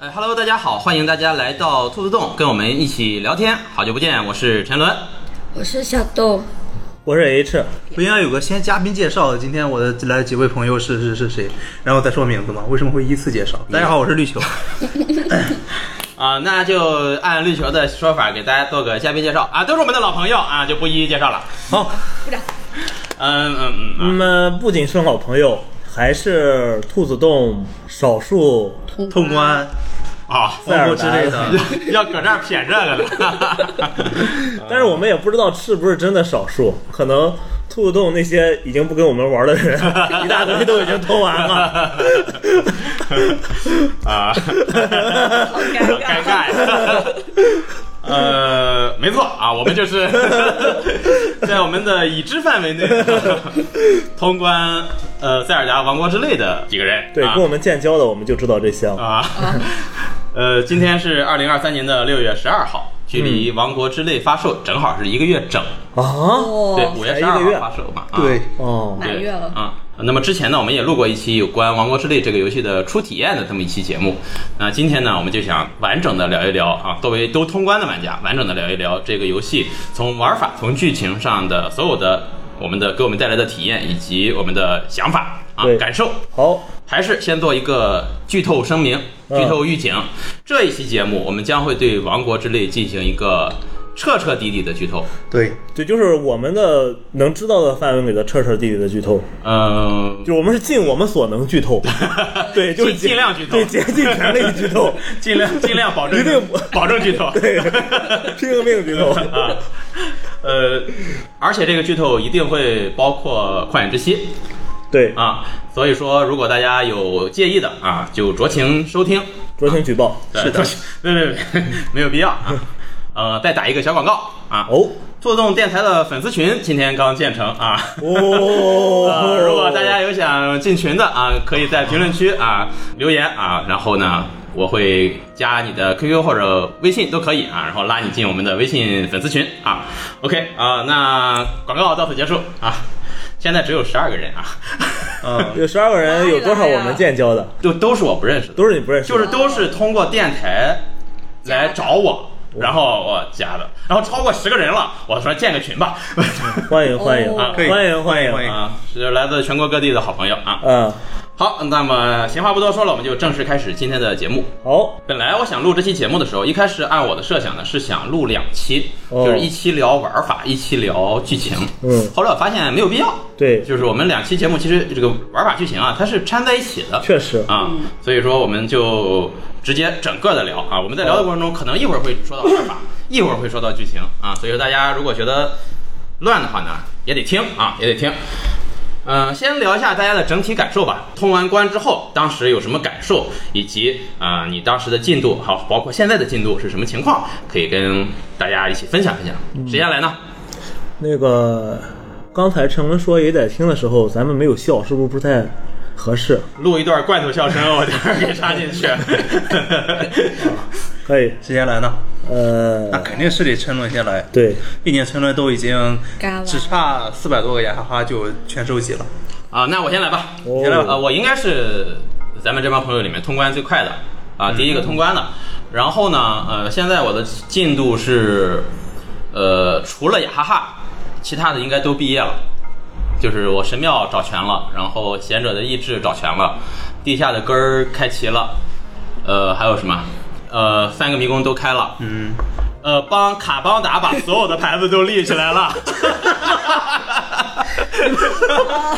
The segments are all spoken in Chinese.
呃，Hello，大家好，欢迎大家来到兔子洞，跟我们一起聊天。好久不见，我是陈伦。我是小豆，我是 H，不应该有个先嘉宾介绍？今天我的来几位朋友是是是谁？然后再说名字吗？为什么会依次介绍？大家好，我是绿球。啊、那就按绿球的说法给大家做个嘉宾介绍啊，都是我们的老朋友啊，就不一一介绍了。哦好，嗯嗯嗯那嗯，么不仅是好朋友，还是兔子洞少数通 通关、哦，塞黄尔湖之达类的，要搁这儿撇这个了。 但是我们也不知道是不是真的少数，可能兔子洞那些已经不跟我们玩的 人，一大堆都已经通完了。啊，尴尬。呃，没错啊，我们就是在我们的已知范围内通关呃塞尔达王国之类的几个人，对，啊跟我们建交的，我们就知道这些了。啊，呃，今天是二零二三年的六月十二号，距嗯离王国之泪发售正好是一个月整，啊，对，哦，五月才十一二个号月发售嘛，啊对，哦，满月了，啊、那么之前呢，我们也录过一期有关《王国之泪》这个游戏的初体验的这么一期节目。那今天呢，我们就想完整的聊一聊啊，作为都通关的玩家，完整的聊一聊这个游戏从玩法、从剧情上的所有的我们的给我们带来的体验以及我们的想法啊对感受。好，还是先做一个剧透声明、嗯剧透预警。这一期节目我们将会对《王国之泪》进行一个彻彻底底的剧透。对，对，就是我们的能知道的范围里的彻彻底底的剧透，嗯、就是我们是尽我们所能 剧透，对，就是尽尽量剧透对，竭尽全力 剧透，尽 量尽量保证一定不保证剧透。 对，拼命剧透。啊， 呃，而且这个剧透一定会包括《旷野之息》对，啊，所以说如果大家有介意的啊，就酌情收听。酌情举报。对是的， 没没没，没有必要啊。呃，再打一个小广告啊，哦兔动电台的粉丝群今天刚建成啊。哦 呃，，如果大家有想进群的啊，可以在评论区啊留言啊，然后呢，我会加你的 QQ 或者微信都可以啊，然后拉你进我们的微信粉丝群啊。OK 啊，那广告到此结束啊，现在只有十二个人啊，嗯，有十二个人，有多少我们建交的？ 就都是我不认识的，都是你不认识的，就是都是通过电台来找我。然后我加的，然后超过十个人了，我说建个群吧，嗯欢迎欢迎，哦欢可以迎欢欢迎迎。啊，是来自全国各地的好朋友啊。嗯，好，那么闲话不多说了，我们就正式开始今天的节目。好，本来我想录这期节目的时候，一开始按我的设想呢是想录两期，哦就是一期聊玩法，一期聊剧情。嗯后来我发现没有必要，对，就是我们两期节目其实这个玩法剧情啊，它是掺在一起的。确实，啊，所以说我们就直接整个的聊啊。我们在聊的过程中，可能一会儿会说到玩法，一会儿会说到剧情啊。所以说大家如果觉得乱的话呢，也得听啊，也得听。嗯、先聊一下大家的整体感受吧。通完关之后，当时有什么感受，以及啊、你当时的进度，好，包括现在的进度是什么情况，可以跟大家一起分享分享。谁先来呢？那个刚才陈文说也得听的时候，咱们没有笑，是不是不太合适？录一段罐头笑声，我待会儿给插进去。可以，谁先来呢？呃那，肯定是得陈伦先来，对，毕竟陈伦都已经嘎啦只差四百多个雅哈哈就全收集了。啊，那我先来吧。哦先来吧。呃，我应该是咱们这帮朋友里面通关最快的啊，第一个通关的。然后呢，呃，现在我的进度是，呃，除了雅哈哈，其他的应该都毕业了。就是我神庙找全了，然后贤者的意志找全了，地下的根儿开齐了，呃，还有什么？呃，三个迷宫都开了，嗯，呃，帮卡邦达把所有的牌子都立起来了。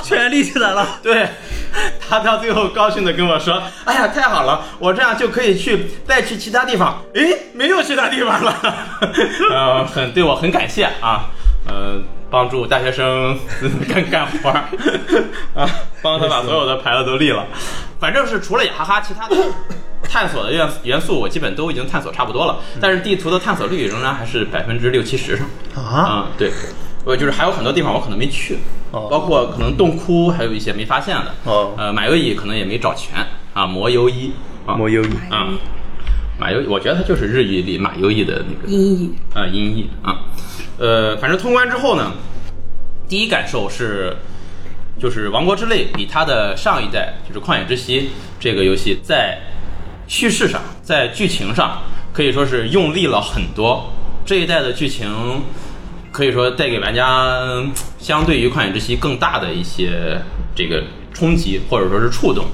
全立起来 了。对，他到最后高兴的跟我说：“哎呀，太好了，我这样就可以去再去其他地方。”诶，没有其他地方了。 呃，很对我很感谢啊，呃，帮助大学生 干干活儿啊，帮他把所有的牌子都立了。反正是除了雅哈哈，其他的探索的元元素我基本都已经探索差不多了，但是地图的探索率仍然还是百分之六七十上。嗯，啊，对，我就是还有很多地方我可能没去，哦包括可能洞窟还有一些没发现的，哦呃，马优乙可能也没找全啊，魔游一啊，莫忧郁，啊，马优，我觉得它就是日语里马优乙的那个阴影，呃音译啊，呃，反正通关之后呢，第一感受是，就是《王国之泪》比它的上一代就是《旷野之息》这个游戏在叙事上，在剧情上可以说是用力了很多。这一代的剧情可以说带给玩家嗯相对于《旷野之息》更大的一些这个冲击，或者说是触动。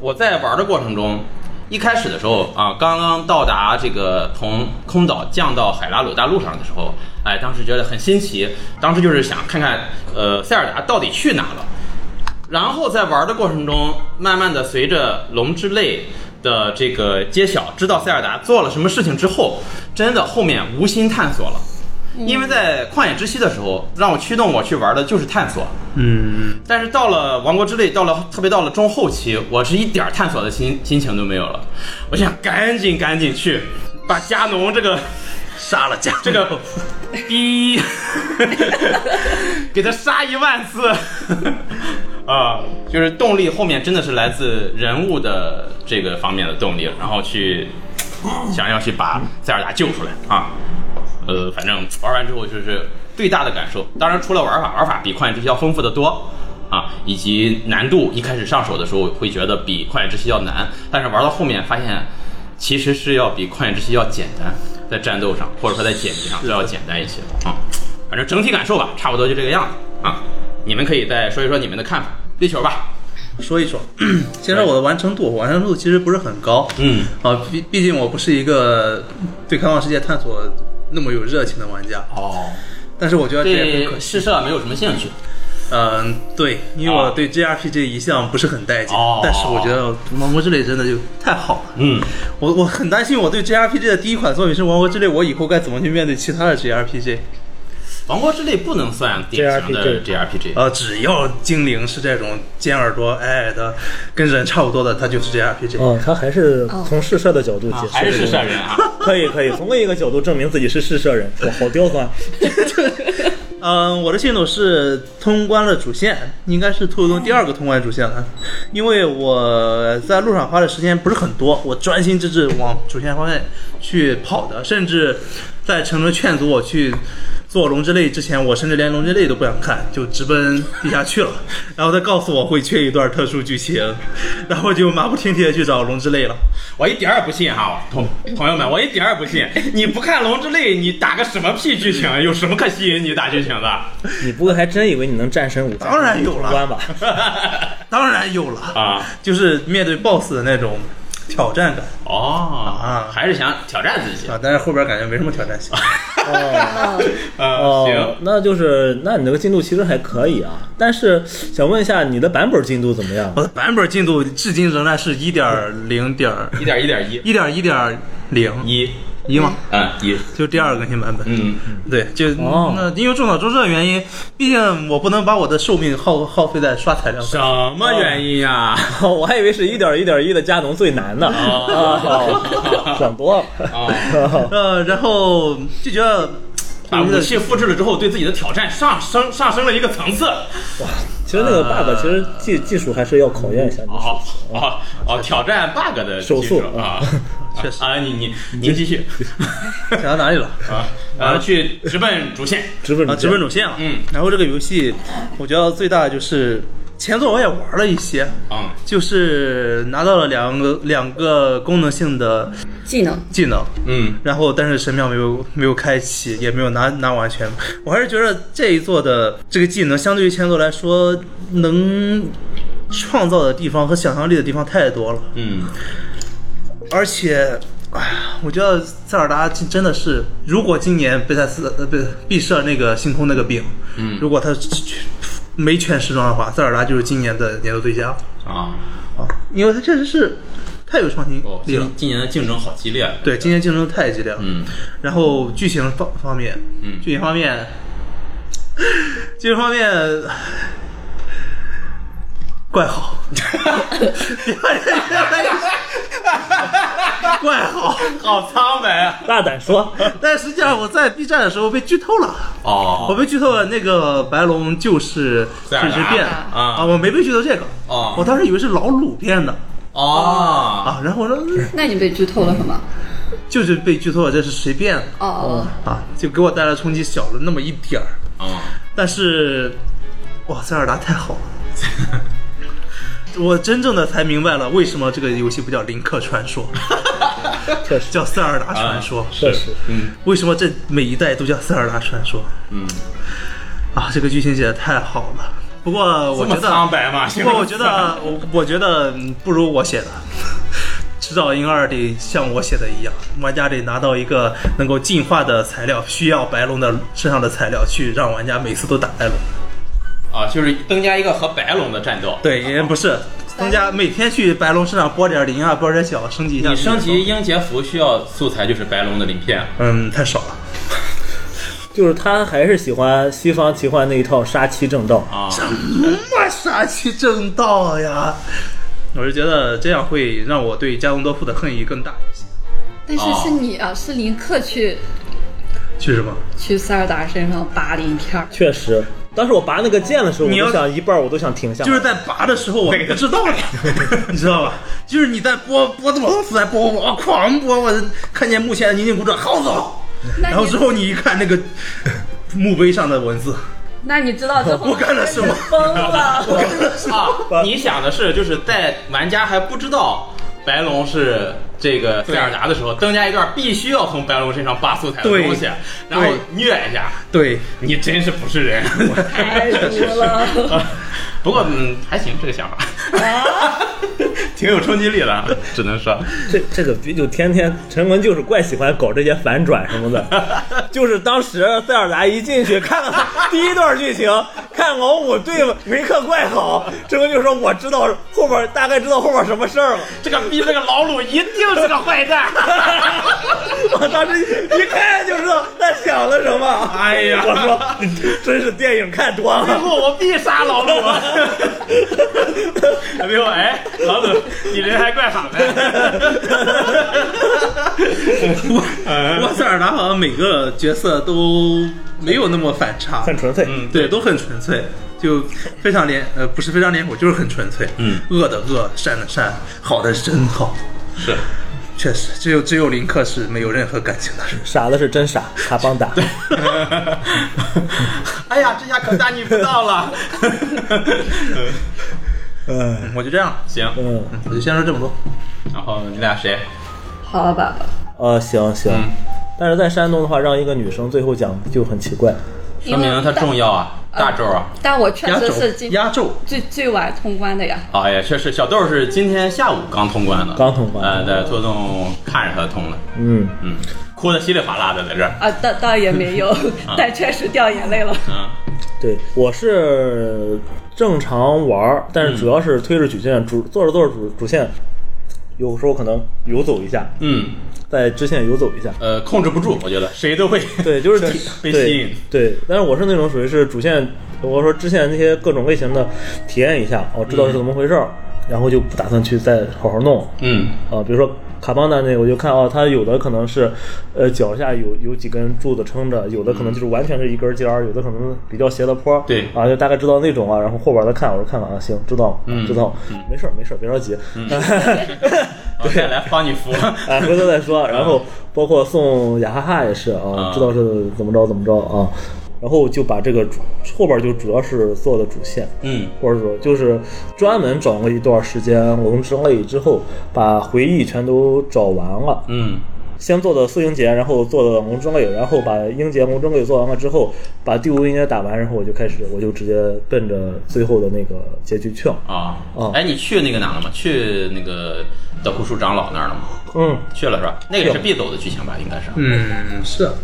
我在玩的过程中，一开始的时候啊，刚刚到达这个从空岛降到海拉鲁大陆上的时候，哎，当时觉得很新奇，当时就是想看看呃塞尔达到底去哪了。然后在玩的过程中，慢慢的随着《龙之泪》的这个揭晓，知道塞尔达做了什么事情之后，真的后面无心探索了。因为在旷野之息的时候，让我驱动我去玩的就是探索，嗯，但是到了王国之泪，到了特别到了中后期，我是一点儿探索的心心情都没有了。我想赶紧赶紧去把加农这个杀了家这个逼给他杀一万次 啊！就是动力后面真的是来自人物的这个方面的动力，然后去想要去把塞尔达救出来啊。呃，反正玩完之后就是最大的感受。当然，除了玩法，玩法比旷野之息要丰富的多啊，以及难度。一开始上手的时候会觉得比旷野之息要难，但是玩到后面发现其实是要比旷野之息要简单，在战斗上或者说在解谜上都要简单一些啊。反正整体感受吧，差不多就这个样子啊。你们可以再说一说你们的看法，立球吧。说一说， 先说我的完成度，我完成度其实不是很高，嗯啊，毕毕竟我不是一个对开放世界探索那么有热情的玩家，哦，但是我觉得这也不可对惜。试射没有什么兴趣。嗯，对，因为我对 JRPG 一向不是很待见，啊哦但是我觉得《王国之泪》真的就太好了。嗯，我我很担心我对 JRPG 的第一款作品是《王国之泪》，我以后该怎么去面对其他的 JRPG？王国之泪不能算典型的 JRPG。呃，只要精灵是这种尖耳朵矮矮的，跟人差不多的，它就是 JRPG。哦，他还是从试射的角度啊解，还释是试这个射问题，人啊！可以可以，从另一个角度证明自己是试射人，我好刁钻。嗯，我的进度是通关了主线，应该是兔洞第二个通关主线了，因为我在路上花的时间不是很多，我专心致志往主线方向去跑的，甚至在陈伦劝阻我去做龙之泪之前，我甚至连龙之泪都不想看，就直奔地下去了。 然后他告诉我会缺一段特殊剧情，然后就马不停蹄的去找龙之泪了。我一点儿也不信哈，同朋友们，我一点儿也不信。你不看《龙之泪》，你打个什么屁剧情？有什么可吸引你打剧情的？ 你不会还真以为你能战神五？当然有了关吧，当然有了啊，就是面对 BOSS 的那种挑战感哦啊，还是想挑战自己。啊，但是后边感觉没什么挑战性。哦。呃，哦行，，那就是那你那个进度其实还可以啊，但是想问一下你的版本进度怎么 样我？的版本进度至今仍然是一点零点一点一点一，一点一点零一，一嘛，嗯，一，就第二个更新版本。嗯，对，就、哦那因为众所周知的原因，毕竟我不能把我的寿命耗耗费在刷材料什上。么原因呀？我还以为是一点一点一的加农最难呢，哦啊，想多了。哦呃，然后就觉得把武器复制了之后，对自己的挑战上升上升了一个层次。 其实那个 bug 其实技技术还是要考验一下你的手哦哦哦，挑战 bug 的技术手速啊，确实啊，你你您继续想到哪里了？啊，然后去直奔主线。直奔啊，直奔主线了。嗯，然后这个游戏，我觉得最大的就是前作我也玩了一些，嗯，就是拿到了两个两个功能性的技能技能，嗯，然后但是神庙没有没有开启，也没有拿拿完全。我还是觉得这一座的这个技能相对于前作来说，能创造的地方和想象力的地方太多了，嗯，而且。哎呀，我觉得塞尔达真真的是，如果今年贝塞斯呃不是毕设那个星空那个饼，嗯如果他没全时装的话，塞尔达就是今年的年度最佳啊，啊，因为他确实是太有创新哦，力了今。今年的竞争好激烈。对，今年竞争太激烈了。嗯，然后剧情方方面，嗯剧情方面，剧情方面怪好， 怪好，好苍白啊！大 胆说，但实际上我在 B 站的时候被剧透了。我哦被剧透了，那个白龙就是塞尔达水之变啊啊！我没被剧透这个哦我当时以为是老鲁变的哦，啊，然后我说嗯那你被剧透了什么？就是被剧透了，这是谁变的哦，啊？就给我带来冲击小了那么一点儿，嗯，但是，哇，塞尔达太好了。 我真正的才明白了为什么这个游戏不叫《林克传说》， 确实，啊叫《塞尔达传说》确实，嗯为什么这每一代都叫《塞尔达传说嗯，》啊？这个剧情写的太好了。不过我这么觉得苍白吗？不过我觉得，我我觉得嗯不如我写的。 迟早英二得像我写的一样，玩家得拿到一个能够进化的材料，需要白龙的身上的材料去让玩家每次都打白龙。啊，就是增加一个和白龙的战斗。对，也 不是，增加每天去白龙身上拨点零啊，拨点小，升级一下。你升级，英杰服需要素材就是白龙的鳞片，嗯，太少了。就是他还是喜欢西方奇幻那一套杀妻正道。啊，我嗯杀气正道呀！我是觉得这样会让我对加隆多夫的恨意更大一些。但是哦是你啊，是林克去去什么？去塞尔达身上拔鳞片儿，确实，当时我拔那个剑的时候，我你要都想一半儿我都想停下来，就是在拔的时候，我不知道了，你知道吧？就是你在拨拨这么多次在拨，我狂拨，我看见目前的宁静古者好走，那然后之你后你一看那个墓碑上的文字，那你知道之后我干了什么？疯 了，啊，你想的是就是在玩家还不知道白龙是这个塞尔达的时候，增加一段必须要从白龙身上扒素材的对东西，然后虐一下，对，你真是不是人。 太毒了。不过嗯，还行，这个想法，啊 挺有冲击力的，啊只能说这这个逼就天天陈文就是怪喜欢搞这些反转什么的， 就是当时塞尔达一进去看了第一段剧情，看老五对维克怪好，陈文就说我知道后边大概知道后边什么事儿了。 这个逼这个老鲁一定是个坏 蛋。我当时一看就知道他想了什么。哎呀我说真是电影看多最了。后我必杀老啊鲁。最后哎，老鲁，你人还怪好 的。不过塞尔达好像每个角色都没有那么反差，很纯粹，嗯，对，都很纯粹，就非常脸呃不是非常脸谱，就是很纯粹。嗯恶的恶，善的善，好的是真好。是确实，只有只有林克是没有任何感情的人。傻的是真傻，卡邦达。哎呀，这下可大逆不道了。嗯我就这样， 行，嗯，嗯我就先说这么多。然后你俩谁？好了，爸爸，呃，行行嗯。但是在山东的话，让一个女生最后讲就很奇怪。说明他重要啊，大周啊。但我确压实轴是今，压轴，最最晚通关的呀。哎呀，确实，小豆是今天下午刚通关的，刚通关呃，在拖动看着他通了，嗯，嗯，哭的稀里哗啦的在这儿，啊，倒倒也没 有，啊但确实掉眼泪了。嗯，对，我是正常玩儿，但是嗯主要是推着主线，主做着做着主主线，有时候可能游走一下，嗯，在支线游走一下。呃，控制不住，我觉得谁都会，对，就是确体实被对吸引对，但是我是那种属于是主线，我说支线那些各种类型的体验一下，我知道是怎么回事儿，然后就不打算去再好好弄。 嗯，啊、比如说卡邦达那个，我就看哦，它有的可能是，呃，脚下有有几根柱子撑着，有的可能就是完全是一根尖儿，有的可能比较斜的坡儿，对啊，就大概知道那种啊，然后后边儿再看，我说看看啊，行，知道了，嗯知道了，没事儿没事儿，别着急，我再来帮你扶， 啊，回头再说。然后包括送雅哈哈也是啊，啊知道是怎么着怎么着啊，然后就把这个主后边就主要是做的主线，嗯或者说就是专门找了一段时间《龙之泪》之后，把回忆全都找完了。嗯先做的四英杰，然后做的龙之泪，然后把英杰、龙之泪做完了之后，把第五英杰打完，然后我就开始，我就直接奔着最后的那个结局去了。啊哦，哎，你去那个哪了吗？去那个德库树长老那儿了吗？嗯，去了是吧？那个是必走的剧情吧，应该是，嗯，是啊，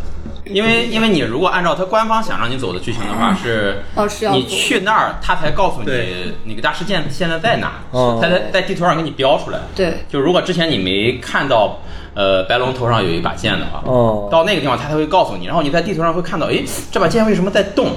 因为因为你如果按照他官方想让你走的剧情的嗯话，是哦是要你走去那儿，他才告诉你对那个大事件现在在哪，哦他在在地图上给你标出来。对，就如果之前你没看到，呃，白龙头上有一把剑的话，哦到那个地方他才会告诉你，然后你在地图上会看到，诶，这把剑为什么在动？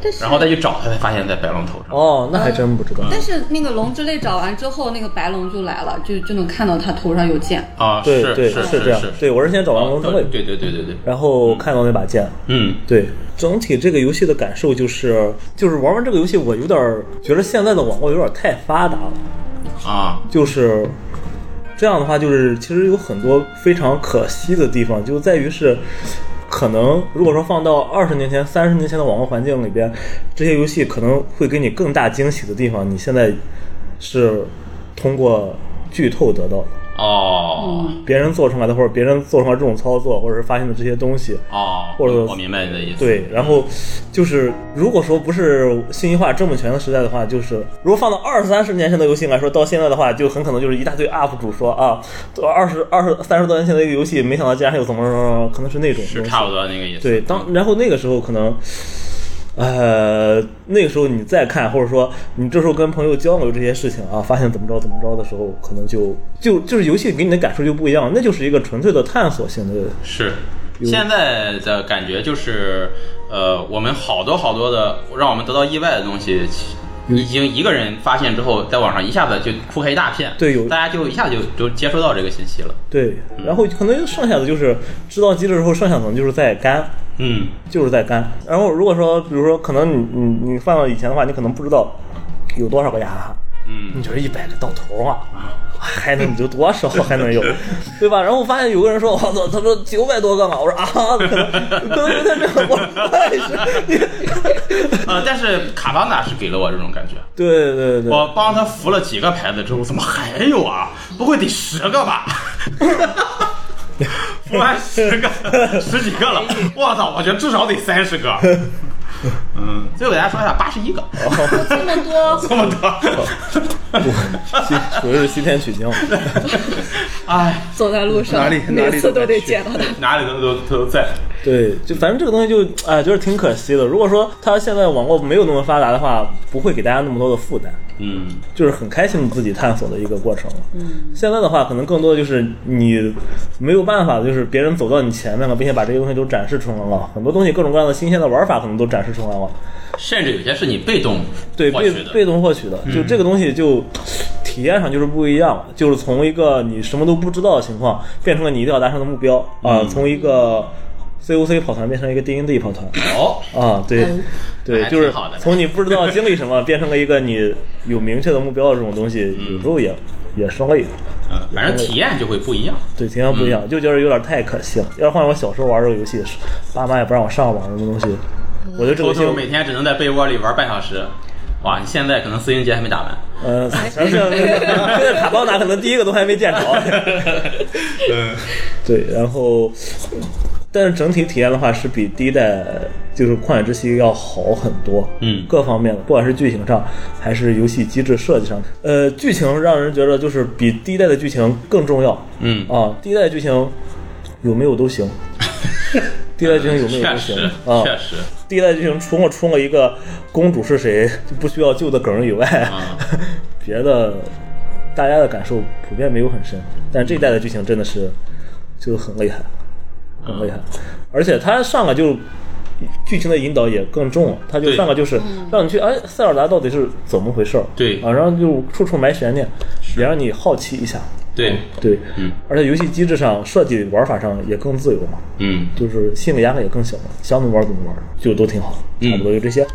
但是然后再去找，他才发现在白龙头上。哦，那还真不知道。但是那个龙之泪找完之后，那个白龙就来了，就就能看到他头上有剑。啊，对是对是是这样是，对我是先找完哦龙之泪对对对对对，然后看到那把剑，嗯，对，整体这个游戏的感受就是，就是玩完这个游戏，我有点儿觉得现在的网络有点儿太发达了，啊，就是这样的话，就是其实有很多非常可惜的地方，就在于是。可能如果说放到二十年前、三十年前的网络环境里边，这些游戏可能会给你更大惊喜的地方，你现在是通过剧透得到的。哦嗯，别人做出来的，或者别人做出来这种操作，或者是发现的这些东西，哦，或者我明白你的意思。对，然后就是如果说不是信息化这么全的时代的话，就是如果放到二三十年前的游戏来说，到现在的话，就很可能就是一大堆 UP 主说啊，二十二十三十多年前的一个游戏，没想到竟然还有怎么怎么怎么，可能是那种是东西差不多那个意思。对，当然后那个时候可能，呃，那个时候你再看，或者说你这时候跟朋友交流这些事情啊，发现怎么着怎么着的时候，可能就就就是游戏给你的感受就不一样，那就是一个纯粹的探索性的。是，嗯现在的感觉就是，呃，我们好多好多的让我们得到意外的东西，其嗯已经一个人发现之后，在网上一下子就铺开一大片，对有大家就一下就就接收到这个信息了。对，然后可能剩下的就是知道机制之后，剩下的可能就是在干，嗯，就是在干。然后如果说，比如说，可能你你你放到以前的话，你可能不知道有多少个雅哈哈，嗯你就是一百个到头啊，还能有多少？还能有，对吧？然后发现有个人说，我操，他说九百多个嘛，我说啊，可能可能有点这样，我说哎是你，呃，但是卡邦达是给了我这种感觉。对对 对，我帮他扶了几个牌子之后，怎么还有啊？不会得十个吧？ 扶完十个，十几 个了，我操！我觉得至少得三十个。嗯，最后给大家说一下，八十一个，这么多这么 多。西属于是西天取经，哎，走在路上，哪里哪里每次都都敢得去见到他。哪里都都都在。 对，就反正这个东西就哎、觉得挺可惜的。如果说他现在网络没有那么发达的话，不会给大家那么多的负担。嗯，就是很开心自己探索的一个过程了。嗯，现在的话，可能更多的就是你没有办法，就是别人走到你前面了，并且把这些东西都展示出来了，很多东西各种各样的新鲜的玩法可能都展示出来了。甚至有些是你被动对，获被取的。嗯被动获取的，就这个东西就体验上就是不一样了，就是从一个你什么都不知道的情况，变成了你一定要达成的目标啊、嗯从一个 COC 跑团变成了一个 D&D 跑团。哦，啊，对嗯，对，还就挺是好的从你不知道经历 什么，变成了一个你有明确的目标的这种东西，有时候也也生累，嗯，反正体验就会不一样。对，体验不一样，嗯就觉得有点太可惜了。要是换我小时候玩这个游戏，爸妈也不让我上网什么东西，我对这个偷游偷戏，每天只能在被窝里玩半小时。哇，你现在可能四英杰还没打完。呃，想想 现在卡包拿可能第一个都还没见着，嗯，对，然后。但是整体体验的话，是比第一代就是《旷野之息》要好很多。嗯各方面，不管是剧情上，还是游戏机制设计上，呃，剧情让人觉得就是比第一代的剧情更重要。嗯啊，第一代剧情有没有 都行，第一代剧情有没有确都行实，啊。确实，第一代剧情除了出了一个公主是谁就不需要救的梗以外，啊 别的大家的感受普遍没有很深。但这一代的剧情真的是就很厉害，很啊厉害，而且它上来就。剧情的引导也更重了，它就对上来就是让你去哎，塞尔达到底是怎么回事儿？对啊，然后就处处埋悬念，也让你好奇一下。对，对，嗯而且游戏机制上、设计玩法上也更自由嘛，嗯，就是心理压力也更小了，想怎么玩怎么玩，就都挺好，嗯差不多就这些。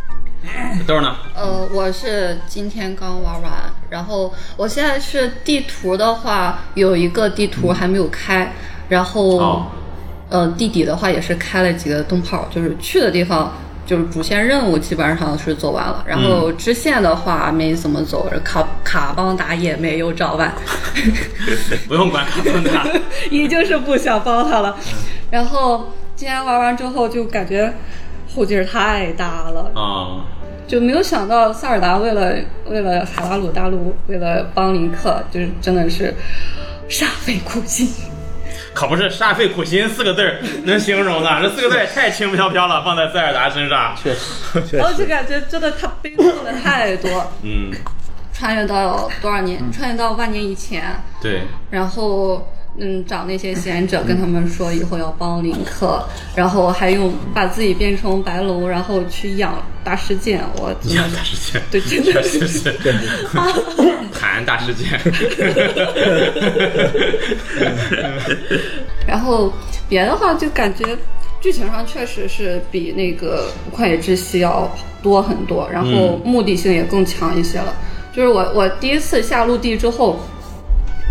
豆儿呢？呃，我是今天刚玩完，然后我现在是地图的话，有一个地图还没有开，然后、哦呃地底的话也是开了几个灯泡，就是去的地方就是主线任务基本上是走完了，然后嗯支线的话没怎么走，卡卡邦达也没有找完， 不用管卡 顿塔。已经是不想帮他了。嗯然后今天玩完之后就感觉后劲儿太大了，啊，就没有想到塞尔达为了为了海拉鲁大陆，为了帮林克，就是真的是煞费苦心。可不是煞费苦心四个字儿能形容的，这四个字儿也太轻飘飘了，放在塞尔达身上。确实，确然后实，就感觉真的他背负的太多， 嗯，穿越到多少年？嗯穿越到万年以前，对， 然后。嗯，找那些贤者，跟他们说以后要帮林克，然后还用把自己变成白龙，然后去养大师剑。我一真样的大事件，对真的 确实 是，喊大事件。然后别的话就感觉剧情上确实是比那个《旷野之息》要多很多，然嗯后目的性也更强一些了。就是我我第一次下陆地之后，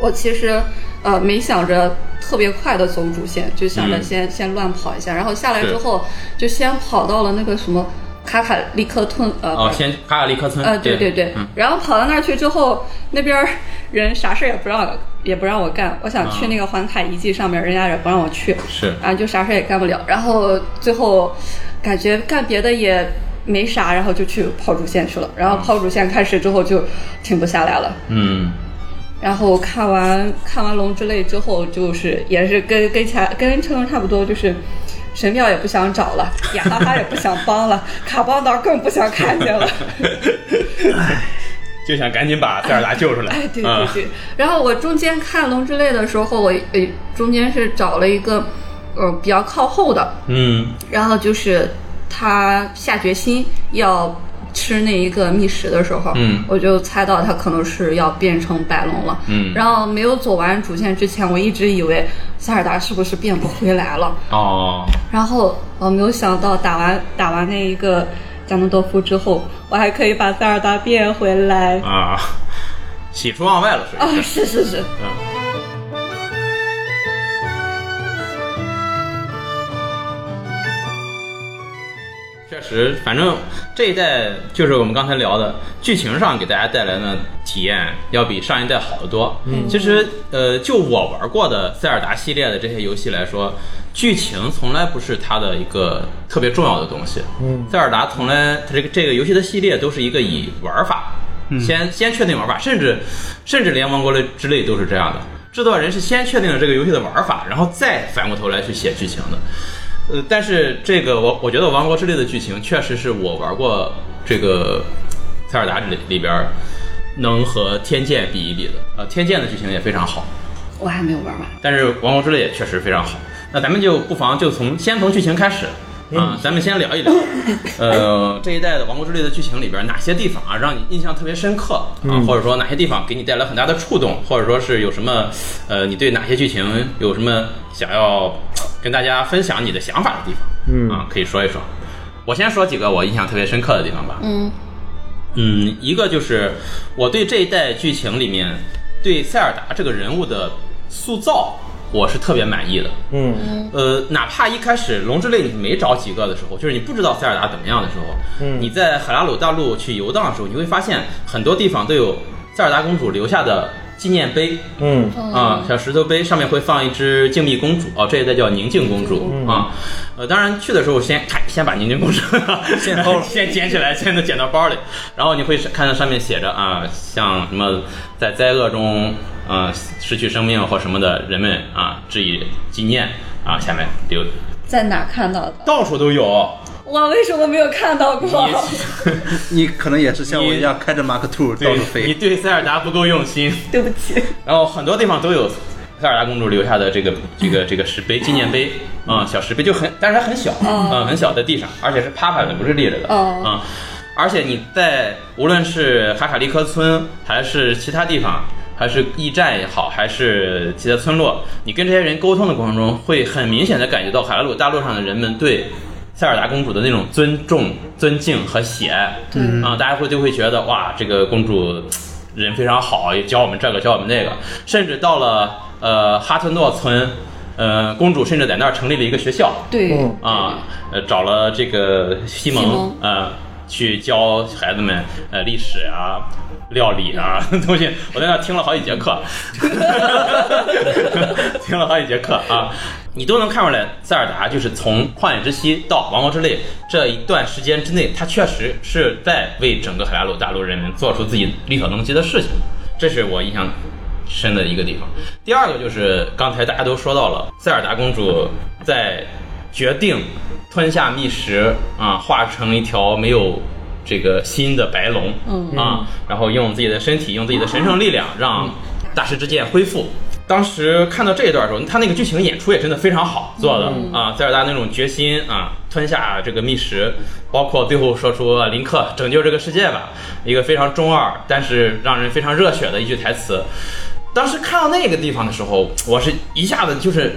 我其实呃没想着特别快的走主线，就想着嗯先、先乱跑一下，然后下来之是后就先跑到了那个什么卡卡利克顿呃哦，先卡卡利克村，呃，对对对，嗯，然后跑到那儿去之后，那边儿人啥事儿也不让也不让我干，我想去那个环卡遗迹上面，人家也不让我去，是啊，就啥事儿也干不了。然后最后感觉干别的也没啥，然后就去跑主线去了。然后跑主线开始之后就停不下来了。嗯，然后看完看完《龙之泪》之后，就是也是跟跟前跟成龙差不多，就是神庙也不想找了，雅哈哈也不想帮了，卡邦岛更不想看见了。就想赶紧把塞尔达救出来。哎，对嗯对对。然后我中间看《龙之泪》的时候，我呃中间是找了一个呃比较靠后的，嗯，然后就是他下决心要吃那一个觅食的时候，嗯我就猜到他可能是要变成白龙了，嗯然后没有走完主线之前，我一直以为塞尔达是不是变不回来了，哦，然后我没有想到打完打完那一个加农多夫之后，我还可以把塞尔达变回来，啊，喜出望外了，属于啊，是是是，确实，反正这一代就是我们刚才聊的剧情上给大家带来的体验，要比上一代好得多。嗯，其实呃，就我玩过的塞尔达系列的这些游戏来说，剧情从来不是它的一个特别重要的东西。嗯，塞尔达从来它这个这个游戏的系列都是一个以玩法。先先确定玩法，甚至甚至连《王国之泪》都是这样的。制作人是先确定了这个游戏的玩法，然后再反过头来去写剧情的。呃，但是这个我我觉得《王国之泪》的剧情确实是我玩过这个塞尔达里里边儿能和《天剑》比一比的。呃，《天剑》的剧情也非常好，我还没有玩完。但是《王国之泪》也确实非常好。那咱们就不妨就从先从剧情开始。啊、咱们先聊一聊，呃，这一代的《王国之泪》的剧情里边，哪些地方啊让你印象特别深刻啊、或者说哪些地方给你带来很大的触动，或者说是有什么，呃，你对哪些剧情有什么想要跟大家分享你的想法的地方，嗯啊、可以说一说。我先说几个我印象特别深刻的地方吧。嗯，嗯，一个就是我对这一代剧情里面对塞尔达这个人物的塑造，我是特别满意的。嗯呃，哪怕一开始龙之泪你没找几个的时候，就是你不知道塞尔达怎么样的时候，嗯你在海拉鲁大陆去游荡的时候，你会发现很多地方都有塞尔达公主留下的纪念碑，嗯啊、小石头碑上面会放一只静谧公主，哦，这一代叫宁静公主啊、呃，当然去的时候先看，先把宁静公主 先偷了先捡起来，先捡到包里，然后你会看到上面写着啊、像什么在灾厄中呃失去生命或什么的人们啊、致以纪念啊、下面有在哪看到的？到处都有，我为什么没有看到过？ 你可能也是像我你一样开着 Mark Two 到对处，你飞。对塞尔达不够用心。对不起。然后很多地方都有塞尔达公主留下的这个这个 这个石碑纪念碑啊、小石碑就很，但是它很小啊、哦嗯很小在地上，而且是趴趴的，不是立着的啊、哦嗯而且你在无论是卡卡利科村，还是其他地方，还是驿站也好，还是其他村落，你跟这些人沟通的过程中，会很明显的感觉到海拉鲁大陆上的人们对。塞尔达公主的那种尊重、尊敬和喜爱，嗯啊、大家会就会觉得哇，这个公主人非常好，也教我们这个，教我们那个，甚至到了呃哈特诺村，呃，公主甚至在那儿成立了一个学校对，嗯啊，呃，找了这个西蒙西蒙呃去教孩子们呃历史啊。料理啊， 东西我在那儿听了好几节课， 听了好几节课啊，你都能看出来，塞尔达就是从《旷野之息》到《王国之泪》这一段时间之内，他确实是在为整个海拉鲁大陆人民做出自己力所能及的事情，这是我印象深的一个地方。第二个就是刚才大家都说到了，塞尔达公主在决定吞下觅食啊，化成一条没有这个心的白龙，嗯啊，然后用自己的身体，用自己的神圣力量，让大师之剑恢复。当时看到这一段的时候，他那个剧情演出也真的非常好做的、啊，塞尔达那种决心啊，吞下这个觅食，包括最后说出啊林克拯救这个世界吧，一个非常中二但是让人非常热血的一句台词。当时看到那个地方的时候，我是一下子就是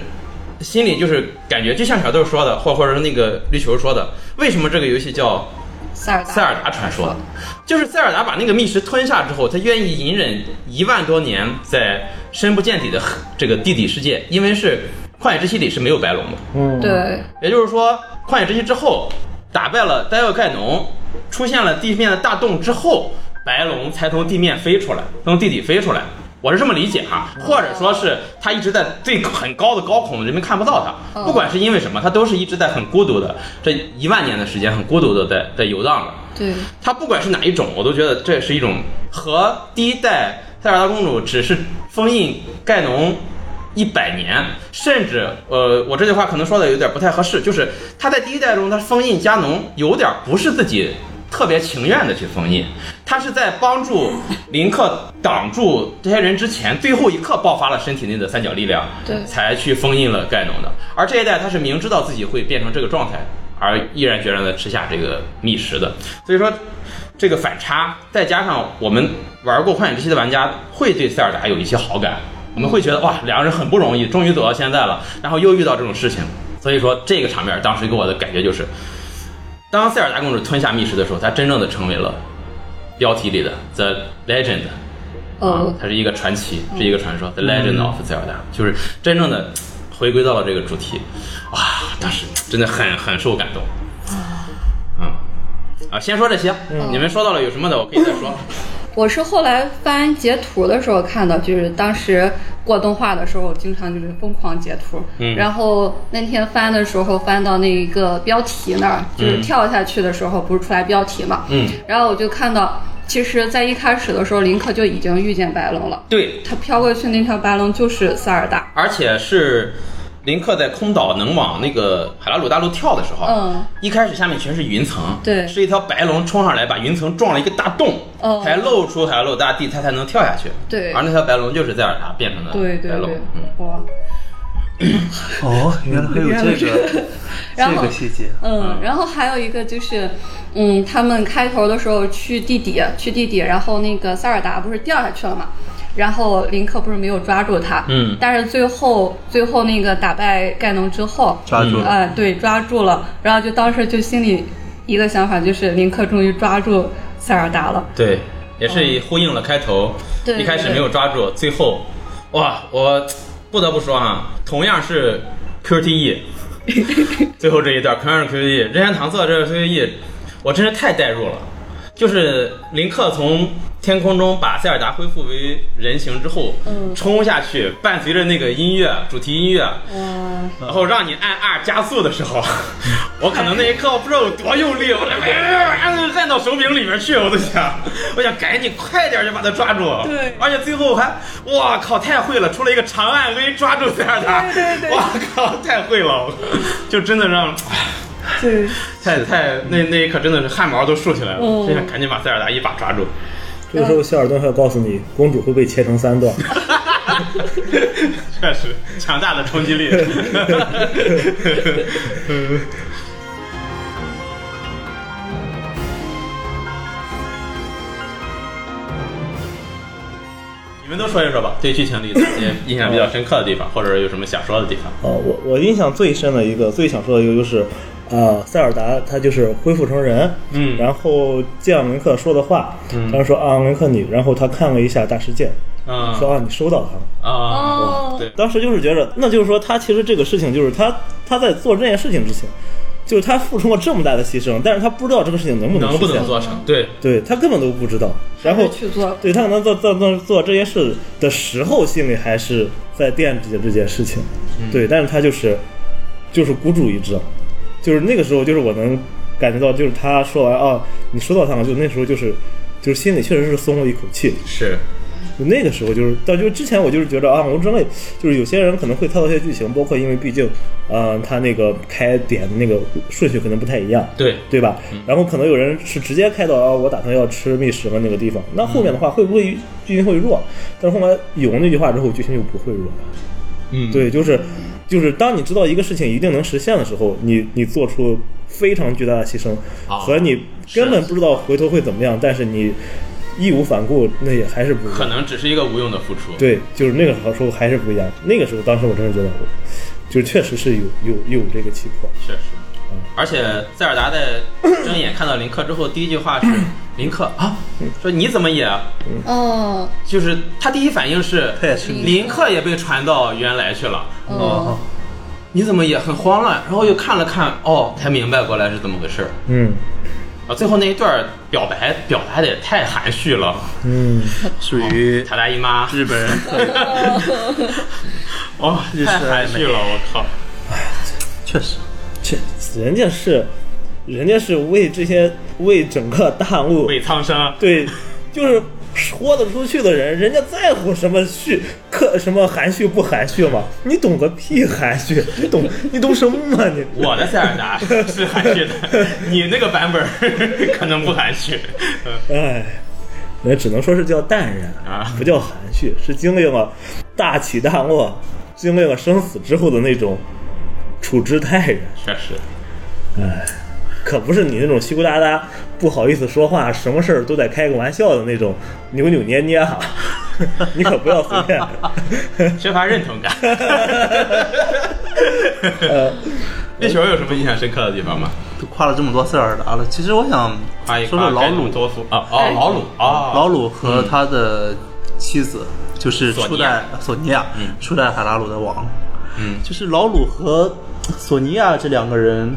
心里就是感觉，就像小豆说的，或或者说那个绿球说的，为什么这个游戏叫塞尔达，塞尔达传说，就是塞尔达把那个觅食吞下之后，他愿意隐忍一万多年在深不见底的这个地底世界，因为是旷野之息里是没有白龙的，嗯，对，也就是说旷野之息之后。打败了呆恶盖农，出现了地面的大洞之后，白龙才从地面飞出来，从地底飞出来。我是这么理解哈，或者说是他一直在最很高的高孔，人们看不到他。哦不管是因为什么，他都是一直在很孤独的这一万年的时间，很孤独的在在游荡着。对，它不管是哪一种，我都觉得这是一种和第一代塞尔达公主只是封印盖农一百年，甚至呃，我这句话可能说的有点不太合适，就是她在第一代中，她封印加农有点不是自己。特别情愿的去封印，她是在帮助林克挡住这些人之前，最后一刻爆发了身体内的三角力量，对才去封印了盖农的。而这一代他是明知道自己会变成这个状态，而毅然决然的吃下这个觅食的。所以说，这个反差，再加上我们玩过《幻影之息》的玩家会对塞尔达有一些好感，我们会觉得哇，两个人很不容易，终于走到现在了，然后又遇到这种事情。所以说，这个场面当时给我的感觉就是，当塞尔达公主吞下觅食的时候，她真正的成为了标题里的 The Legend。呃，它是一个传奇，嗯是一个传说，《The Legend of Zelda》，就是真正的回归到了这个主题，哇，当时真的很很受感动，嗯，啊，先说这些，嗯你们说到了有什么的，我可以再说。我是后来翻截图的时候看到，就是当时过动画的时候，我经常就是疯狂截图。嗯然后那天翻的时候，翻到那个标题那儿，就是跳下去的时候，不是出来标题嘛？嗯，然后我就看到，其实，在一开始的时候，林克就已经遇见白龙了。对，他飘过去那条白龙就是塞尔达。而且是林克在空岛能往那个海拉鲁大陆跳的时候，嗯，一开始下面全是云层，对是一条白龙冲上来，把云层撞了一个大洞，哦才露出海拉鲁大地，它才能跳下去，对而那条白龙就是塞尔达变成的对对白龙，对嗯。，哇！哦， 原来还有这个然这后个细节。嗯，然后还有一个就是，嗯，他们开头的时候去地底，去地底，然后那个塞尔达不是掉下去了嘛，然后林克不是没有抓住他，嗯但是最后最后那个打败盖农之后，抓住了哎、对，抓住了，然后就当时就心里一个想法就是林克终于抓住塞尔达了，对，也是呼应了开头，嗯对一开始没有抓住，最后，哇，我不得不说啊，同样是 QTE，最后这一段同样是 QTE，任天堂做的这个 QTE，我真是太代入了。就是林克从天空中把塞尔达恢复为人形之后，嗯冲下去，伴随着那个音乐主题音乐，哇，然后让你按 R 加速的时候， 我可能那一刻我不知道有多用力，我这按按到手柄里面去，我都想，我想赶紧快点就把它抓住。对而且最后我还，哇靠，太会了！出了一个长按 V 抓住塞尔达，对对对哇靠，太会了，就真的让，对，太太那那一刻真的是汗毛都竖起来了，嗯真想赶紧把塞尔达一把抓住。这个时候希尔顿会告诉你，公主会被切成 三段。 确实，强大的冲击力。 你们都说一说吧，对剧情里的一些印象比较深刻的地方，或者有什么想说的地方？哦，我我印象最深的一个，最想说的一个就是，呃，塞尔达他就是恢复成人，嗯然后见文克说的话，嗯他说啊，文克你，然后他看了一下大事件，说嗯啊，你收到他了。啊，哦，对，当时就是觉着，那就是说他其实这个事情就是他他在做这件事情之前，就是他付出了这么大的牺牲，但是他不知道这个事情能不能能不实现能做成？对，对他根本都不知道。然后还是去做对他可能做做做做这些事的时候，心里还是在惦记着这件事情。对，但是他就是就是孤注一掷，就是那个时候，就是我能感觉到，就是他说完啊，你说到他了，就那时候就是就是心里确实是松了一口气。是，就那个时候就是，但就是之前我就是觉得啊，《魔之泪》就是有些人可能会跳到一些剧情，包括因为毕竟，呃，他那个开点的那个顺序可能不太一样，对，对吧？嗯然后可能有人是直接开到啊，我打算要吃觅食的那个地方，那后面嗯的话会不会剧情会弱？但是后来有了那句话之后，剧情就不会弱了。嗯，对，就是就是当你知道一个事情一定能实现的时候，你你做出非常巨大的牺牲，啊和你根本不知道回头会怎么样，但是你义无反顾，那也还是不一样可。能只是一个无用的付出。对，就是那个时候还是不一样。那个时候，当时我真的觉得我，就是确实是有有有这个气魄。确实，而且塞尔达在睁眼看到林克之后，第一句话是：“林克啊，说你怎么也……”哦，就是他第一反应是他也是林克也被传到原来去了。哦，你怎么也很慌乱？然后又看了看，哦，才明白过来是怎么回事儿嗯啊。最后那一段儿表白表达的也太含蓄了，嗯，属于塔大姨妈日本人特有，哦，日式太含蓄了，我靠！确实，这人家是，人家是为这些为整个大陆为苍生，对，就是豁得出去的人，人家在乎什么蓄刻什么含蓄不含蓄吗？你懂个屁含蓄，你懂你懂什么嘛你？我的塞尔达是含蓄的，你那个版本儿 可能不含蓄。嗯哎，那只能说是叫淡然啊不叫含蓄，是经历了大起大落，经历了生死之后的那种处之泰然，确实，可不是你那种羞答答、不好意思说话，什么事儿都得开个玩笑的那种扭扭捏捏哈、 你可不要随便。缺乏认同感。 那球有什么印象深刻的地方吗？都夸了这么多塞尔达了，啊其实我想阿姨说说老鲁，多夫啊，哦，老鲁啊，老鲁和他的妻子，就是索初尼亚代索尼亚嗯，初代海拉鲁的王，嗯，就是老鲁和索尼亚这两个人，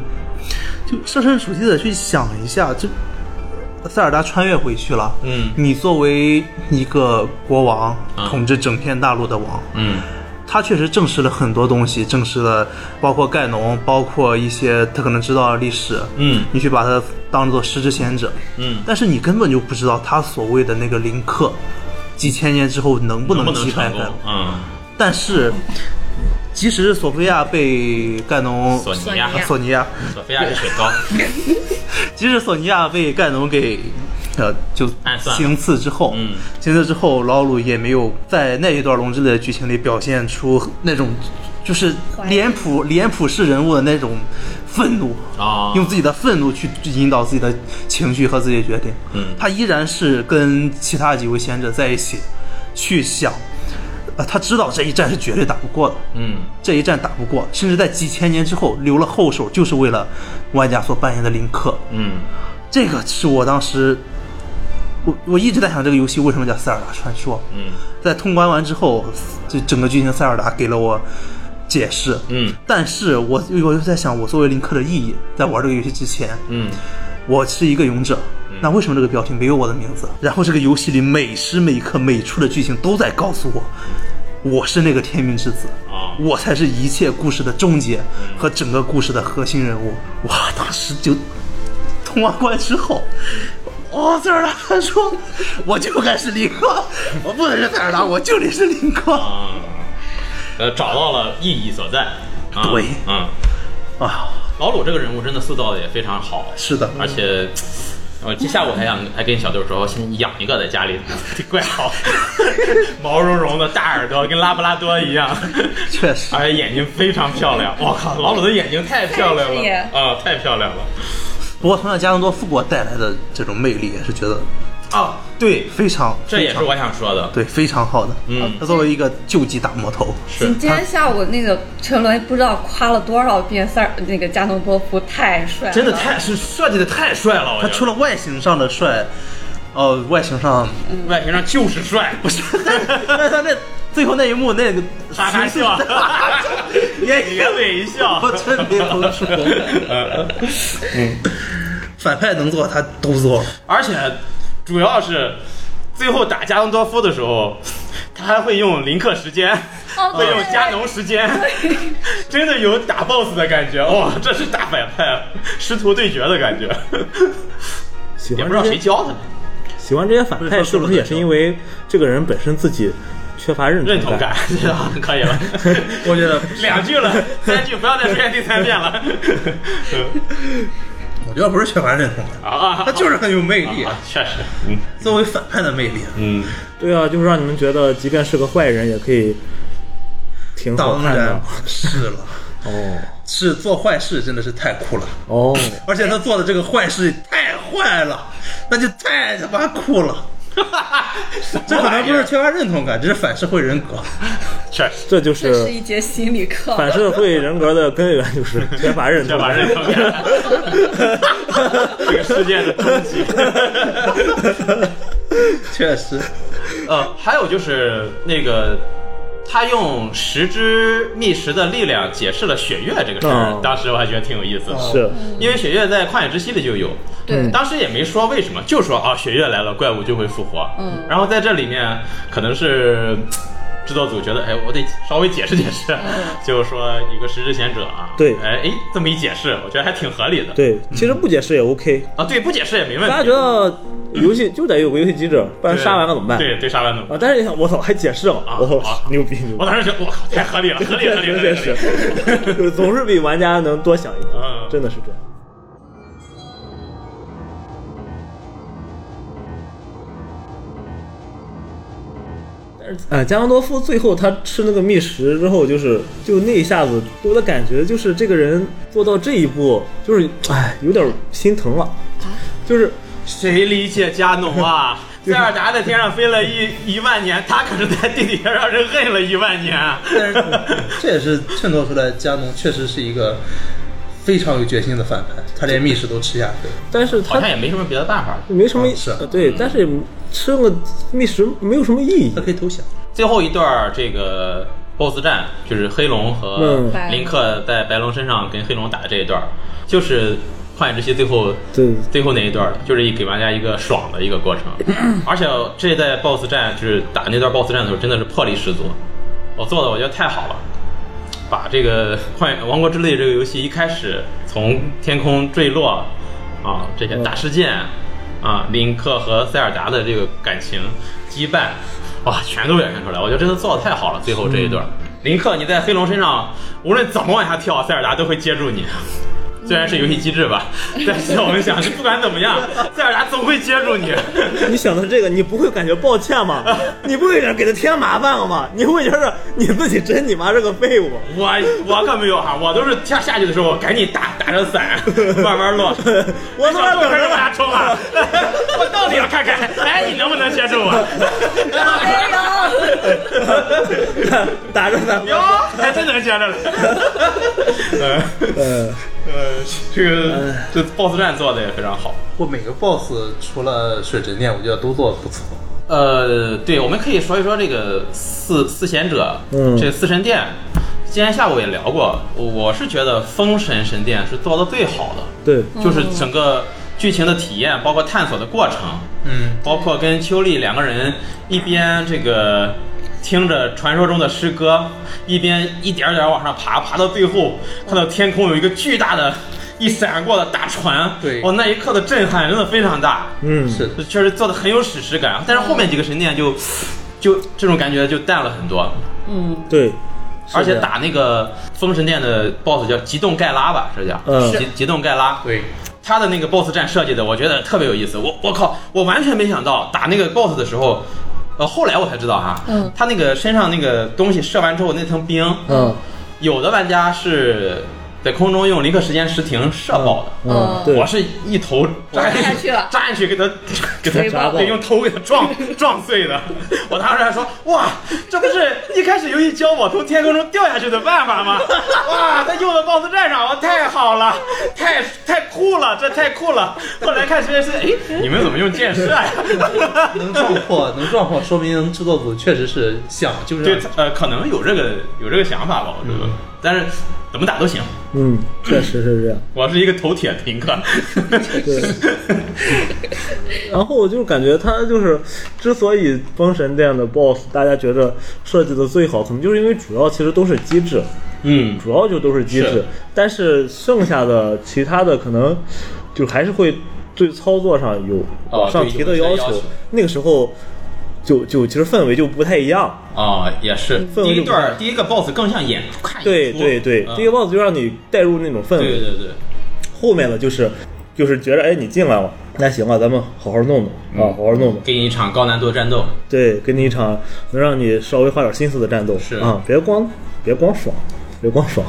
就设身处地的去想一下，就塞尔达穿越回去了，嗯你作为一个国王啊，统治整片大陆的王，嗯他确实证实了很多东西，证实了包括盖农，包括一些他可能知道的历史，嗯你去把它当做实之贤者，嗯，但是你根本就不知道他所谓的那个林克，几千年之后能不能不能击败成功盖农。？嗯，但是，即使是索菲亚被盖农、呃索尼亚索尼亚索尼亚，索菲亚是雪糕，即使索尼亚被盖农给呃就暗算了行刺之后，嗯行刺之后，老鲁也没有在那一段龙之泪的剧情里表现出那种就是脸谱脸谱式人物的那种愤怒。啊，用自己的愤怒去引导自己的情绪和自己的决定，嗯他依然是跟其他几位贤者在一起，去想，呃，他知道这一战是绝对打不过的，嗯这一战打不过，甚至在几千年之后留了后手，就是为了玩家所扮演的林克。嗯这个是我当时，我我一直在想这个游戏为什么叫塞尔达传说。嗯在通关完之后，这整个剧情塞尔达给了我解释。嗯但是我我又在想，我作为林克的意义，在玩这个游戏之前，嗯，我是一个勇者，那为什么这个标题没有我的名字？然后这个游戏里每时每刻每处的剧情都在告诉我，我是那个天命之子，啊我才是一切故事的终结嗯和整个故事的核心人物。哇，当时就通完关之后。哦，塞尔达传说，我就该是林克，我不能是塞尔达，我就得是林克。啊，呃，找到了意义所在。啊对嗯，啊，老鲁这个人物真的塑造的也非常好，是的，而且。我这下午还想还跟小豆说，先养一个在家里，怪好， 毛茸茸的大耳朵，跟拉布拉多一样，确实而且眼睛非常漂亮。我靠，老鲁的眼睛太漂亮太了是啊、太漂亮了不过同样加隆多夫给我带来的这种魅力，也是觉得啊！对，非常，这也非是常我想说的。对非常好的。嗯他作为一个救济大魔头，是你今天下午那个陈伦不知道夸了多少遍塞尔那个加农波夫太帅了，真的太是设计的太帅了，我觉他得除了外形上的帅，呃，外形上外形上就是帅， 不是 但是他那最后那一幕那个哈哈 笑， 也咧嘴一笑，嗯我真没有 说，反派能做他都做了，而且主要是最后打加农多夫的时候，他还会用林克时间，哦会对用加农时 间，真的有打 BOSS 的感觉，哇、这是大反派啊师徒对决的感觉，喜也欢不知道这谁些教他的，喜欢这些反派是不是也是因为这个人本身自己缺乏认认同感，这个 可以了， 我觉得两句了，三句不要再出现第三遍 了，我觉得不是缺乏认同感，啊啊，他就是很有魅力，啊，确实，嗯作为反派的魅力，嗯。对啊，就是让你们觉得，即便是个坏人，也可以挺好当看然的。是了，哦是做坏事真的是太酷了。哦，而且他做的这个坏事太坏了，那就太他妈酷 了。这可能不是缺乏认同感，这是反社会人格。确 实，这就这是是一节心理课。反社会人格的根源，就是缺乏认这同玩意感。儿特别，这个世界的终极。确实，呃，还有就是那个他用十只觅食的力量解释了雪月这个事儿，嗯当时我还觉得挺有意思的。 是因为雪月在旷野之息里就有，嗯嗯对，当时也没说为什么，就说啊，雪月来了，怪物就会复活。嗯然后在这里面，可能是嘖制作组觉得，哎，我得稍微解释解释，嗯 就是说有个十之贤者啊，对哎哎，这么一解释，我觉得还挺合理的。对，其实不解释也 OK。啊，对，不解释也没问题。大家觉得游戏就得有个游戏机制，不然对杀完了怎么办？对对，杀完怎么办？啊，但是你想，我操，还解释了啊，我啊操，牛逼牛逼我！当时觉得，我靠，太合理了，合理合理合理确合实理。， 就是总是比玩家能多想一点嗯，真的是这样。但是，呃，加隆多夫最后他吃那个觅食之后，就是就那一下子给我的感觉就是这个人做到这一步，就是哎，有点心疼了，就是谁理解加农啊？ 塞尔达在天上飞了一一万年，他可是在地底下让人恨了一万年。但是这也是衬托出来加农确实是一个非常有决心的反派，他连密室都吃下去。但 是好他像也没什么别的办法了。没什么、嗯是呃对，但是也吃个觅食没有什么意 义他，可以投降。最后一段儿这个 BOSS 战，就是黑龙和嗯林克在白龙身上跟黑龙打的这一段儿，就是《旷野之息》最后对，最后那一段儿，就是给玩家一个爽的一个过程。而且这代 BOSS 战就是打那段 BOSS 战的时候，真的是魄力十足，我做的我觉得太好了。把这个《幻王国之泪》这个游戏一开始从天空坠落啊，这些大事件啊，林克和塞尔达的这个感情羁绊，哇，全都表现出来。我觉得真的做的太好了，最后这一段。林克，你在黑龙身上无论怎么往下跳，塞尔达都会接住你。虽然是游戏机制 吧，但是我们想是不管怎么样，塞尔达总会接住 你。 你想到这个，你不会感觉抱歉吗？ 你不会有点给他添麻烦了吗？你会觉得你自己真你妈是个废物？我我可没有哈，我都是下下去的时候，我赶紧打打着伞，慢慢落。 我他妈我等开始着往下了，冲啊！我到底要看看，哎，你能不能接住我？ 打着伞。 哟，还哎真能接着了。 呃呃，呃，这个这 BOSS 战做的也非常好。我每个 boss 除了水神殿，我觉得都做的不错。呃，对，我们可以说一说这个四四贤者，嗯这个四神殿。今天下午也聊过，我是觉得封神神殿是做的最好的， 对，嗯就是整个剧情的体验，包括探索的过程，嗯，包括跟秋丽两个人一边这个听着传说中的诗歌，一边一点儿点儿往上爬，爬到最嗯后看到天空有一个巨大的、一闪过的大船，对哦，那一刻的震撼真的非常大，嗯，是的，确实做的很有史诗感。但是后面几个神殿就就这种感觉就淡了很多， 嗯，对，而且的打那个风神殿的 BOSS 叫极冻盖拉吧，是叫，嗯极极冻盖拉，对，他的那个 BOSS 战设计的，我觉得特别有意思。我我靠，我完全没想到打那个 BOSS 的时候，呃，后来我才知道哈，嗯他那个身上那个东西射完之后那层冰，嗯有的玩家是在空中用林克时间时停射爆的。哦嗯，对我，是一头扎扎下去了扎下去给 他给他锤爆对，用头给他撞 撞碎的。我当时还说，哇，这不是一开始游戏教我从天空中掉下去的办法 吗？哇，他用到 BOSS 战上，我太好了，太太酷了，这太酷了。后来看实验室，哎，你们怎么用箭射 呀？能撞破，能撞破，说明制作组确实是想就是对，呃，可能有这个有这个想法吧，我觉嗯得，但是怎么打都行。嗯，确实是这样。我是一个头铁林克，对，然后我就感觉他就是，之所以封神殿的 BOSS 大家觉得设计的最好，可能就是因为主要其实都是机制， 嗯，主要就都是机是制，但是剩下的其他的可能就还是会对操作上有哦往上对提有的一些要要求那个时候就就其实氛围就不太一样。啊、也是。氛围第一就不段儿太第一个 BOSS 更像演出，看对演出对对，嗯第一个 boss 就让你带入那种氛对对围，对，后面的就是就是觉得哎你进来了，那行啊了，咱们好好弄弄嗯啊，好好弄弄。给你一场高难度战斗，对，给你一场能让你稍微花点心思的战斗，是啊，别光别光爽，别光爽，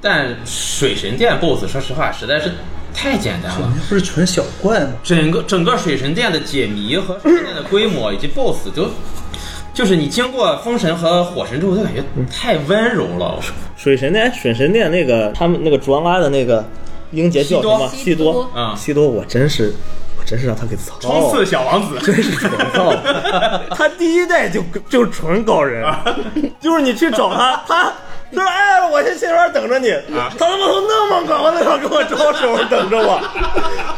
但水神殿 BOSS 说实话实在是太简单了。不是纯小怪吗？整个整个水神殿的解谜和水神殿的规模以及 BOSS 都，就是你经过风神和火神之后，就感觉太温柔哦了。水神殿，水神殿那个他们那个卓拉的那个英杰叫什么？西西多多嗯西多，我真是，我真是让他给操了，冲刺小王子，啊真是纯造 的。他第一代就就纯搞人，就是你去找 他，他他说哎，我先线上等着你，他他妈从那么高的地方跟我招手等着 我，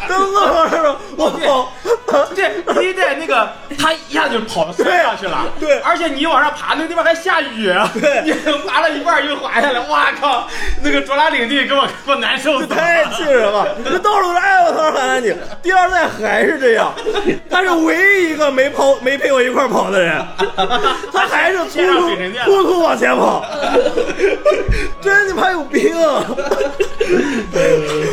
他从那么高的我操，对，第一代那个 他一下就跑到山上去了，对而且你往上爬，那地方还下雨，对，你爬了一半又滑下来，哇靠，那个卓拉领地给我给我难受死了。 太气人了！这到处都是哎，我操，喊喊你。第二代还是这样，他是唯一一个没跑没陪我一块儿跑 的人，他还是突见到突水神剑了突突往前 跑，真你妈有病！啊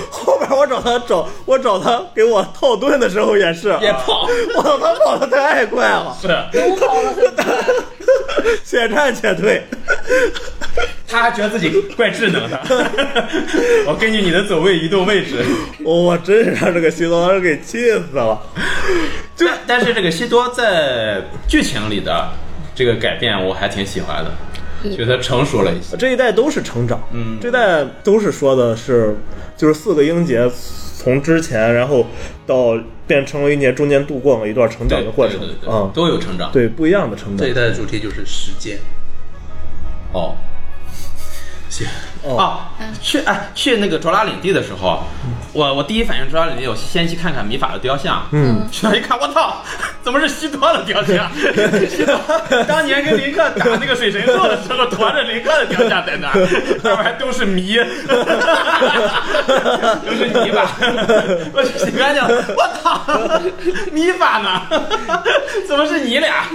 后边我找他找我找他给我套盾的时候也是，也跑我操，他跑的太快了， 是，且战且退。他还觉得自己怪智能 的。我根据你的走位移动位置，我真是让这个西装给气死了。对，但是这个西多在剧情里的这个改变，我还挺喜欢的，觉得成熟了一些。这一代都是成长，嗯这一代都是说的是，就是四个英杰从之前，然后到变成为英杰，中间度过了一段成长对的过程对对，对啊，都有成长。对不一样的成长这一。代的主题就是时间。哦，行哦啊，去哎去那个卓拉领地的时候，啊我我第一反应卓拉领地，我先去看看米法的雕像。嗯， 去那一看，我操，怎么是西多的雕像？西多当年跟林克打那个水神兽的时候，驮着林克的雕像在那儿，那玩意儿都是泥， 都是泥巴。我去洗干净了，我操，米法呢？怎么是你俩？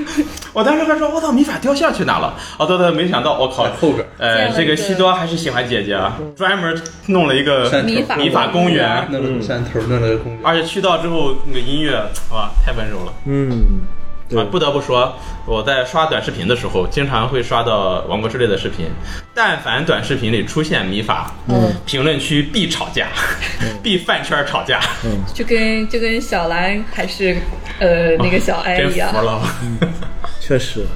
我当时还说，我操，米法雕像去哪了？哦，对对，没想到，我靠，后边呃，这个西多还是喜欢姐姐啊，专门弄了一个山头米法米法公园，嗯那个山头那个公园，而且去到之后那个音乐哇，太温柔了。嗯，对啊，不得不说，我在刷短视频的时候，经常会刷到《王国之泪》的视频。但凡短视频里出现米法，嗯，评论区必吵架，必饭圈吵架，就跟就跟小兰还是呃那个小哀真一样服，了。确实，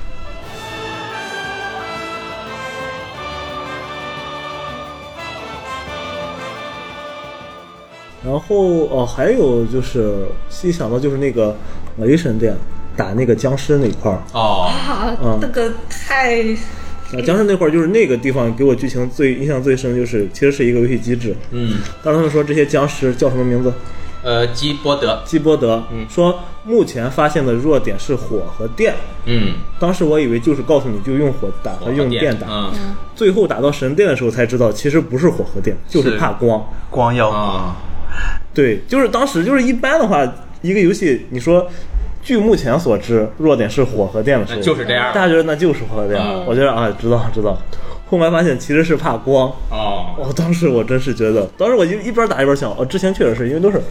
然后哦，还有就是一想到就是那个雷神殿打那个僵尸那块儿， 哦，啊嗯，那个太啊，僵尸那会儿就是那个地方给我剧情最印象最深，就是其实是一个游戏机制。嗯，当时他们说这些僵尸叫什么名字？呃，基波德，基波德。嗯说目前发现的弱点是火和电。嗯，当时我以为就是告诉你就用火打和用电打，嗯最后打到神殿的时候才知道，其实不是火和电，就是是怕光。光耀啊，对，就是当时就是一般的话，一个游戏你说。据目前所知，弱点是火和电的时候，那就是这样大家觉得那就是火和电，嗯我觉得啊，知道知道。后来发现其实是怕光，哦，我、当时我真是觉得，当时我一一边打一边想，哦，之前确实是因为都是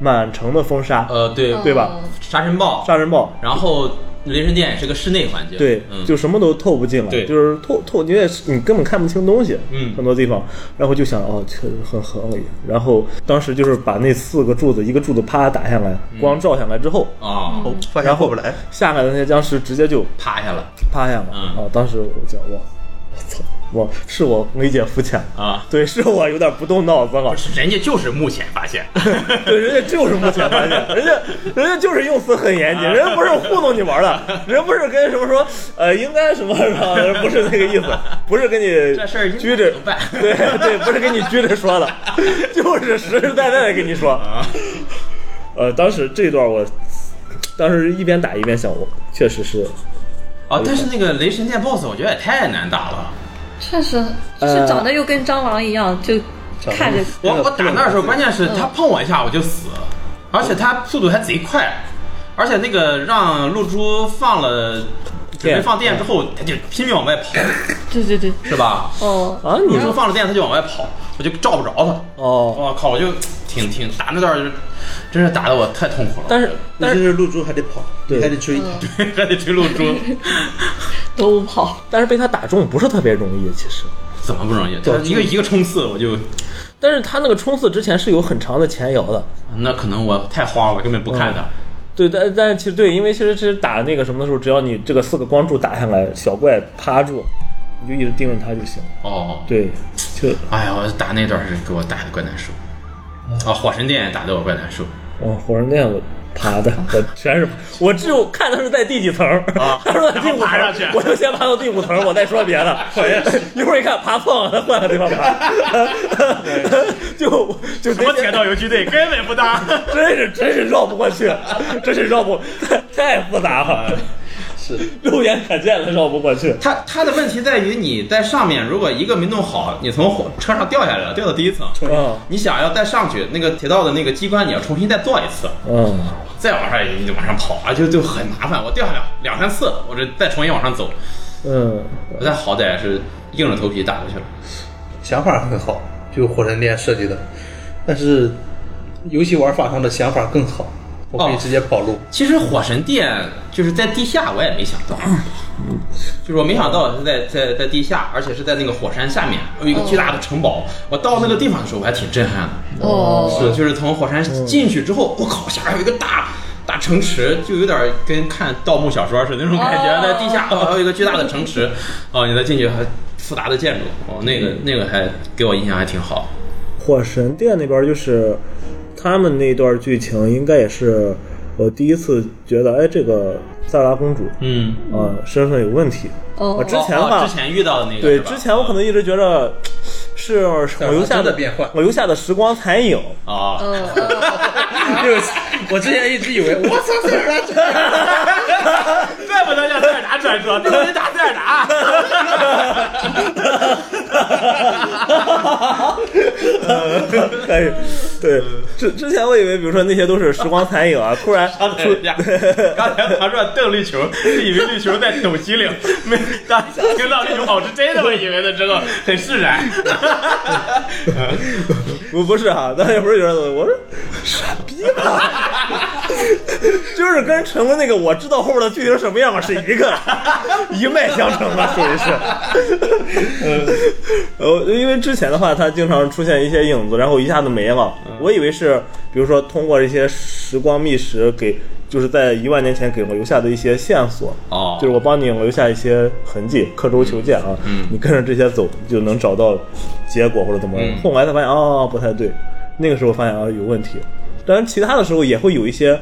满城的风沙，呃，对嗯对吧？杀神豹，沙尘暴，然后雷神殿也是个室内环境，对，嗯，就什么都透不进来，对就是透透，你也你根本看不清东西，嗯很多地方，然后就想哦，确实很合理。然后当时就是把那四个柱子一个柱子啪打下来，嗯光照下来之后，啊，哦发现然后过不来，下来的那些僵尸直接就趴下了趴下了，嗯啊，当时我就哇，我操，我是我理解肤浅。啊，对，是我有点不动脑 子了不，是人家就是目前发 现， 对，人家就是目前发现，人家人家就是用词很严谨，人家不是糊弄你玩的，人家不是跟什么说呃应该什么什么，不是那个意思，不是跟你这事儿应该拘着怎么办对对，不是跟你拘着说的， 就是实实在在的跟你说。啊 呃，当时这段我，当时一边打一边想，我确实是啊，但是那个雷神殿 BOSS 我觉得也太难打了。确实，就呃是长得又跟蟑螂一样，就看着我那个我打那的时候，关键是他碰我一下我就死，而且他速度还贼快，而且那个让露珠放了准备电嗯放电之后，他就拼命往 外跑，对对对，是吧？哦，啊，你露珠说放了电，他就往外跑，我就照不着他。哦，我靠，我就挺挺打那段儿，真是打的我太痛苦了，但是但是露珠还得跑，对还得追， 还得追露 珠，都跑，但是被他打中不是特别容易，其实。怎么不容易？他一个一个冲刺我就，但是他那个冲刺之前是有很长的前摇的，那可能我太慌了，根本不看他。对，但但是其实对，因为其实其实打那个什么的时候，只要你这个四个光柱打下来，小怪趴住，你就一直盯着它就行。嗯哦，对，就哎呀，我嗯哦 打那段是给我打的怪难受，啊，火神殿也打的我怪难受。哦，火人殿我爬的，我全是爬我只有看他是在第几层啊 他说在第五层爬上去，我就先爬到第五层，我再说别 的。一会儿一看爬错了，换个地方爬， 就就什么铁道游击队根本不搭。真是真是绕不过去，真是绕不太太复杂哎了，是肉眼可见的绕不过去。 他他的问题在于你在上面，如果一个没弄好，你从火车上掉下来了，掉到第一层，嗯你想要再上去，那个铁道的那个机关你要重新再做一次，嗯，再往上你就往上跑啊，就就很麻烦。我掉下来两三次，我这再重新往上走，嗯，我但好歹是硬着头皮打过去了。想法很好，就火神殿设计的，但是游戏玩法上的想法更好，我可以哦直接跑路。其实火神殿就是在地下，我也没想到，就是我没想到是在在在地下，而且是在那个火山下面有一个巨大的城堡。我到那个地方的时候，我还挺震撼的。哦，是，就是从火山进去之后，我靠，下面有一个大大城池，就有点跟看盗墓小说似的那种感觉，哦在地下哦，有一个巨大的城池，哦，你再进去还复杂的建筑，哦，那个那个还给我印象还挺好。火神殿那边就是他们那段剧情，应该也是我第一次觉得，哎，这个塞拉公主嗯，啊、身份有问题。哦我之前哦吧，哦之前遇到的那个，对是吧之前我可能一直觉得是我留下真的变坏我留下的时光残 影。哦，哦哦 对不起，我之前一直以为 我操塞尔达传说，怪不得叫塞尔达传说，那我得打塞尔达。但是，对，之之前我以为，比如说那些都是时光 残影啊，突然刚才人家刚才他说瞪绿球，是以为绿球在抖机灵，没当听到绿球跑是真的，我以为的之后很释然。 不不是哈、当时也不是觉得我说傻逼吧， 就是跟陈坤那个我知道后边的剧情什么样嘛是一个一脉相承吧，属于是。呃， 呃，因为之前的话，他经常出现一些影子，然后一下子没了，我以为是比如说通过一些时光密室给。就是在一万年前给我留下的一些线索，哦就是我帮你留下一些痕迹，刻舟求剑啊，嗯你跟着这些走，你就能找到结果或者怎么样。嗯后来才发现哦不太对，那个时候发现啊有问题。当然其他的时候也会有一些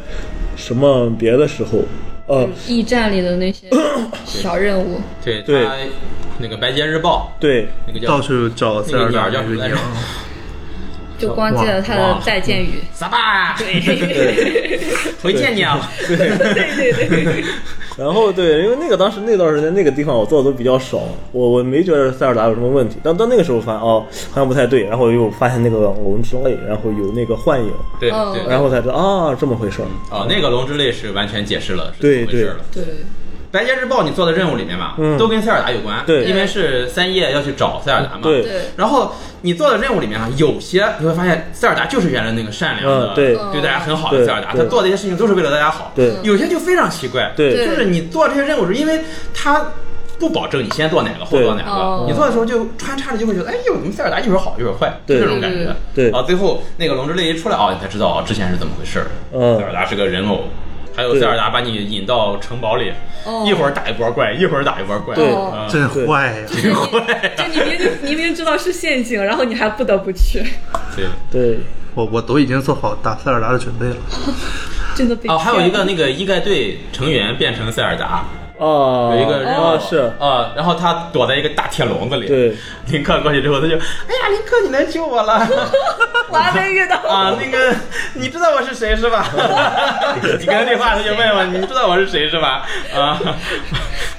什么别的时候，呃，驿站里的那些小任务，对对他那个白街日报，对，那个到叫处找塞那个尔鸟达叫那什个么来鸟着，？就光记得他的再见语。啥吧？对，回见你啊！对对对，然后对，因为那个当时那段时间那个地方我做的都比较少，我我没觉得塞尔达有什么问题，但到那个时候发现哦好像不太对，然后又发现那个龙之泪，然后有那个幻影，对哦对，然后才知道啊这么回事儿。哦，那个龙之泪是完全解释了是对怎么回事了。对，白夜日报你做的任务里面吧，嗯都跟塞尔达有关，对因为是三叶要去找塞尔达嘛，对对然后你做的任务里面啊，有些你会发现塞尔达就是原来那个善良的，嗯对对大家很好的对塞尔达，对他做的一些事情都是为了大家好，对有些就非常奇怪，对对就是你做这些任务是因为他。不保证你先做哪个后对做哪哦个，你做的时候就穿插着就会觉得，哎呦，怎么塞尔达一会儿好一会儿坏，对就这种感觉。对对啊，最后那个龙之泪一出来，哦，你才知道哦，之前是怎么回事儿。嗯塞尔达是个人偶，还有对塞尔达把你引到城堡里，哦一会儿打一波怪，一会儿打一波怪，对啊 真坏 呀！就你明明你明知道是陷阱，然后你还不得不去， 对。对，我我都已经做好打塞尔达的准备了。真的被 哦，还有一骗个了那个医盖队成员变成塞尔达，啊，有一个人啊是啊，然后他躲在一个大铁笼子里。对， 林克过去之后，他就，哎呀，林克，你来救我了 我还没遇到啊！那个，你知道我是谁是 吧？你跟他对话，他就问问，你知道我是谁是吧？啊，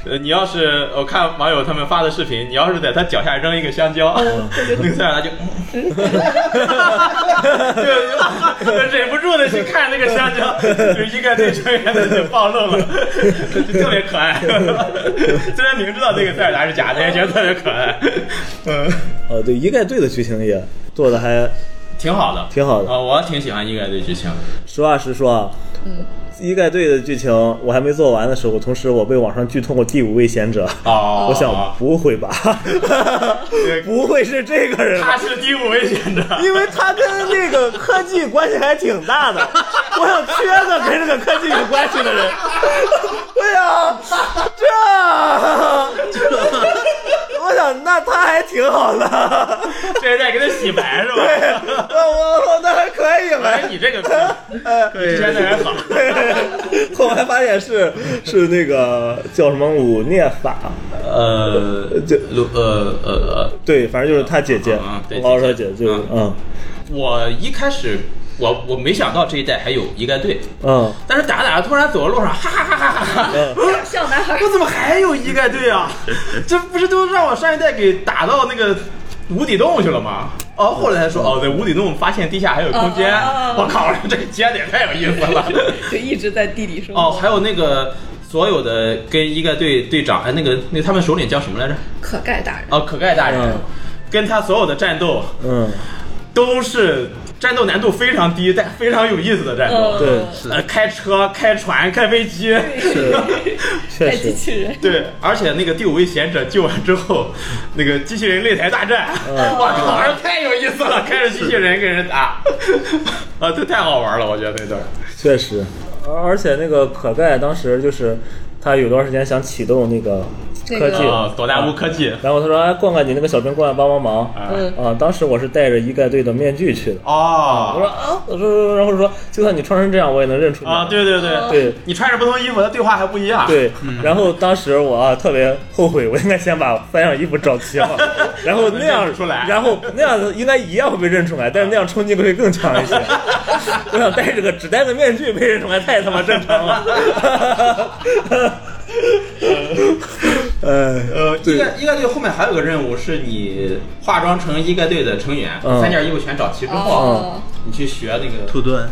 呃你要是我看网友他们发的视频，你要是在他脚下扔一个香蕉，嗯那个塞尔达就，嗯就 就忍不住的去看那个香蕉，就一个队成员的就暴露了，就特别可爱。 虽然明知道那个塞尔达是假的，也觉得特别可爱。嗯。呃对一盖队的剧情也做的还挺好的，挺好的啊、我挺喜欢一盖队剧情。实话实说啊，一盖队的剧情我还没做完的时候，同时我被网上剧透过第五位贤者，哦 我想不会吧，不会是这个人吧他是第五危险的，因为他跟那个科技关系还挺大的，我想缺个跟这个科技有关系的人。 对呀、这，我想那他还挺好的。 这是在给他洗白是吧？对，我我那还可翻译哎，们。你这个对，编的还好， 后来发现是是那个叫什么武涅法，呃，就鲁呃呃呃，对，反正就是他姐姐啊，对我告诉他姐姐就是嗯我一开始我我没想到这一代还有一盖队，嗯，但是打着打着突然走到路上，哈哈哈哈哈哈。 小男孩我怎么还有一盖队啊？这不是都让我上一代给打到那个无底洞去了吗？哦，后来才说哦，在无底洞发现地下还有空间。哦哦哦我靠，这个尖的也太有意思了。就一直在地里生活。哦，还有那个所有的跟一盖队队长，哎，那个那他们首领叫什么来着？可盖大人，哦，可盖大人，嗯跟他所有的战斗嗯，都是战斗难度非常低，但非常有意思的战斗。呃，对呃，开车、开船、开飞机， 确带机实，器人，对，而且那个第五位贤者救完之后，那个机器人擂台大战，我靠，这太有意思了！开着机器人跟人打，啊，这太好玩了，我觉得那段。确实，而而且那个可盖当时就是他有段时间想启动那个那科个技，啊，朵大屋科技，然后他说：“哎，冠冠，你那个小兵冠冠帮帮忙。”嗯啊，当时我是戴着一盖队的面具去的。我哦，说啊，我说，然后说，就算你穿成这样，我也能认出你啊，对对对，对你穿着不同衣服，他对话还不一样。， 对，然后当时我啊特别后悔，我应该先把三样衣服找 齐了，然后那样认不出来然后那样应该一样会被认出来，但是那样冲击力会更强 一些。我想戴着个只戴个面具被认出来，太他妈正 常了。哎呃，呃，一个一个队后面还有个任务是你化妆成一个队的成员，嗯三件衣服全找齐之后，哦，你去学那个土遁，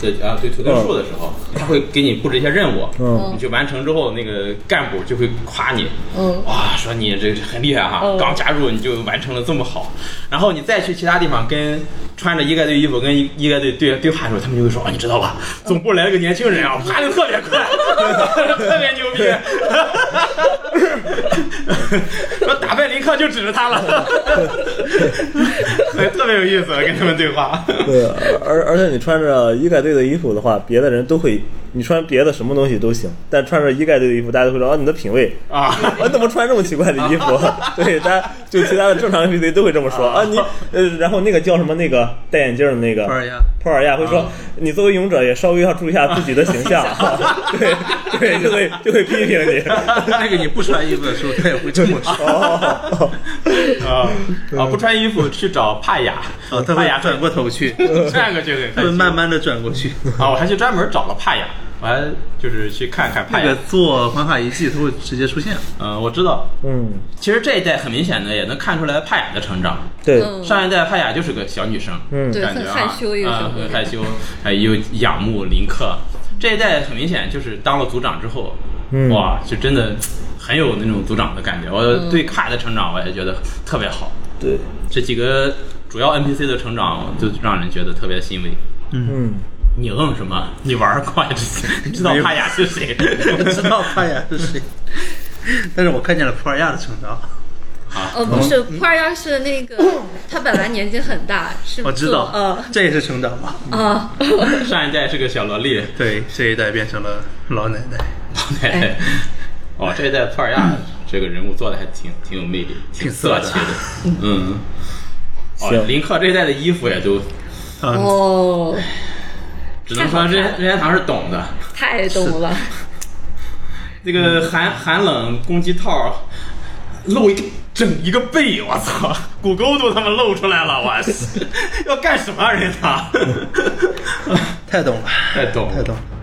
对啊，对土遁术的时候，他会给你布置一些任务，嗯你去完成之后，那个干部就会夸你，嗯，哇，说你这很厉害哈，嗯刚加入你就完成了这么好，然后你再去其他地方跟穿着一概队衣服跟一一概队对对话的时候，他们就会说啊，你知道吧，总部来了个年轻人啊，爬的特别快，特别牛逼， 说打败林克就指着他了， 特别有意思，跟他们对话。对，而而且你穿着医改队的衣服的话，别的人都会，你穿别的什么东西都行，但穿着医改队的衣服，大家都会说啊，你的品味啊啊， 你怎么穿这么奇怪的 衣服？对，大家就其他的正常 NPC 都会这么说啊，你呃，然后那个叫什么那个戴眼镜的那个普尔亚啊普尔亚会说，你作为勇者也稍微要注意一下自己的形象，啊 对对，就会就会批评 你。 那个你不穿衣服的时候，他也会这么说。哦， 啊啊！不穿衣服去找帕雅， 哦，他帕会雅转过头 去，转过去很开会心。慢慢的转过去。啊，我还去专门找了帕雅，我还就是去看看帕那雅个。做环法遗迹，它会直接出现。嗯，我知道，嗯，其实这一代很明显的也能看出来帕雅的成长。对，嗯上一代帕雅就是个小女生，嗯对感觉啊很害羞一个小啊，姑娘很害 羞，还有仰慕林克。这一代很明显就是当了组长之后，嗯哇，就真的很有那种组长的感觉。嗯我对卡的成长我也觉得特别好，对，这几个主要 NPC 的成长就让人觉得特别欣慰。嗯，你愣什么？你玩儿快之前，你知道帕雅是谁？ 我知道帕雅是谁， 但是我看见了普尔亚的成 长。哦，不是，普尔亚是那个，他本来年纪很大，是我知道，嗯这也是成长嘛。啊，上一代是个小萝莉，对，这一代变成了老奶奶，对，哦，这一代普尔亚这个人物做的还挺挺有魅力，挺色气的，嗯。哦，行林克这一代的衣服也都嗯，哦，只能说任任天堂是懂的。 太懂了，那个寒寒冷攻击套，露一个整一个背，我操，骨沟都他妈露出来了，我 要干什么啊任天堂？太懂了，太懂了太懂了。